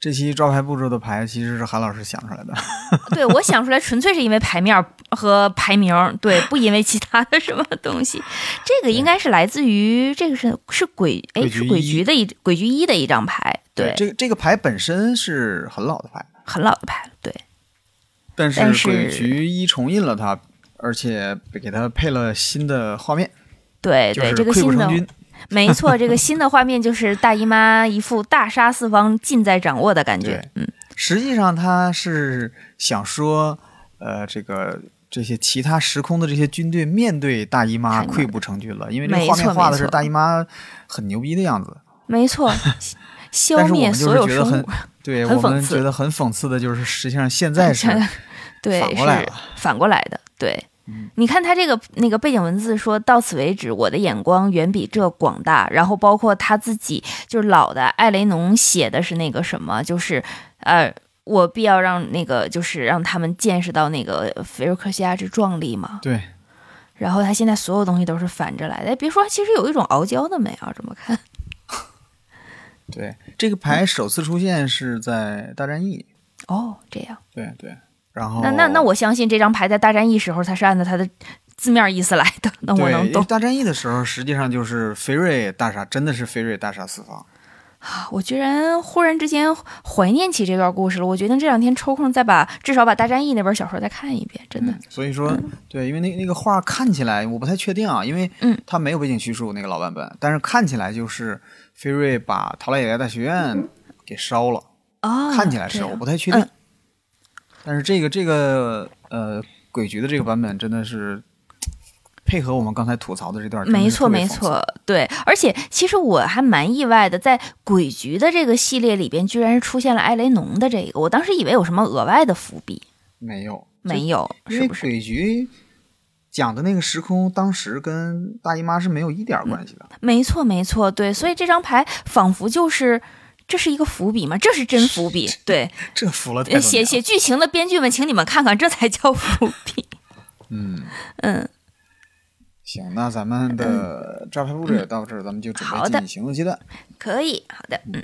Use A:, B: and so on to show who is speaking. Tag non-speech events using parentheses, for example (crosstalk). A: 这期招牌布置的牌其实是韩老师想出来的，
B: 对我想出来纯粹是因为牌面儿和排名儿，对，不因为其他的什么东西。这个应该是来自于这个是是鬼哎
A: 鬼
B: 是
A: 局
B: 鬼
A: 一
B: 局的一鬼局一的一张牌，对，
A: 这个这个牌本身是很老的牌，
B: 很老的牌了，对，
A: 但是
B: 但是
A: 鬼局一重印了它，而且给它配了新的画面，
B: 对
A: 就
B: 对，
A: 是
B: 这个
A: 溃不
B: 新的
A: 成军。
B: 没错，这个新的画面就是大姨妈一副大杀四方、尽在掌握的感觉
A: 对。
B: 嗯，
A: 实际上他是想说，呃，这个这些其他时空的这些军队面对大姨妈
B: 太难
A: 溃不成军了，因为这
B: 没
A: 个画面
B: 错
A: 画的
B: 没
A: 是
B: 错
A: 大姨妈很牛逼的样子，
B: 没错，
A: (laughs)
B: 消
A: 但是我
B: 灭
A: 们就
B: 所
A: 是
B: 有
A: 觉得
B: 生
A: 很
B: 物。。
A: 对
B: 很
A: 我
B: 讽
A: 们
B: 刺
A: 觉得很讽刺的就是，实际上现
B: (laughs)
A: 在是
B: 对，
A: 反过来
B: 是
A: 了嗯
B: 反过来的。对，你看他这个那个背景文字说到此为止，我的眼光远比这广大。然后包括他自己，就是老的艾雷农写的是那个什么，就是呃。我必要让那个，就是让他们见识到那个菲尔克西亚之壮丽嘛。
A: 对
B: 然后他现在所有东西都是反着来的。哎别说，其实有一种傲娇的美啊，这么看。
A: 对，这个
B: 嗯
A: 牌首次出现是在大战役，
B: 哦， (laughs) 这样，
A: 对对，然后
B: 那那那我相信这张牌在大战役时候，它是按照它的字面意思来的，那我
A: 对，
B: 能
A: 因为
B: 懂。
A: 大战役的时候，实际上就是菲瑞大杀，真的是菲瑞大杀四方。
B: 啊我居然忽然之间怀念起这段故事了。我决定这两天抽空再把至少把大战役那本小说再看一遍，真的。
A: 嗯所以说，对，因为那那个画看起来，我不太确定啊，因为
B: 嗯
A: 它没有背景叙述那个老版本，但是看起来就是菲瑞把陶莱野莱大学院给烧了，
B: 啊，
A: 看起来
B: 这
A: 是，
B: 样
A: 我不太确定。
B: 嗯
A: 但是这个这个呃鬼局的这个版本真的是配合我们刚才吐槽的这段，
B: 没错，
A: 真的
B: 没
A: 是特别讽刺，
B: 错，对。而且其实我还蛮意外的，在鬼局的这个系列里边，居然是出现了艾雷农的这个。我当时以为有什么额外的伏笔，
A: 没有
B: 没有，
A: 因
B: 是
A: 为
B: 不是？
A: 鬼局讲的那个时空，当时跟大姨妈是没有一点儿关系的。
B: 没错，没错，对。所以这张牌仿佛就是。这是一个伏笔吗？这是真伏笔，对。
A: 这服了太多年了
B: 写写剧情的编剧们，请你们看看，这才叫伏 (laughs) 笔。
A: 嗯，
B: 嗯，
A: 行，那咱们的招牌布置也到这儿，咱们就准
B: 嗯好
A: 备
B: 的
A: 进行动阶段。
B: 可以，好的，嗯，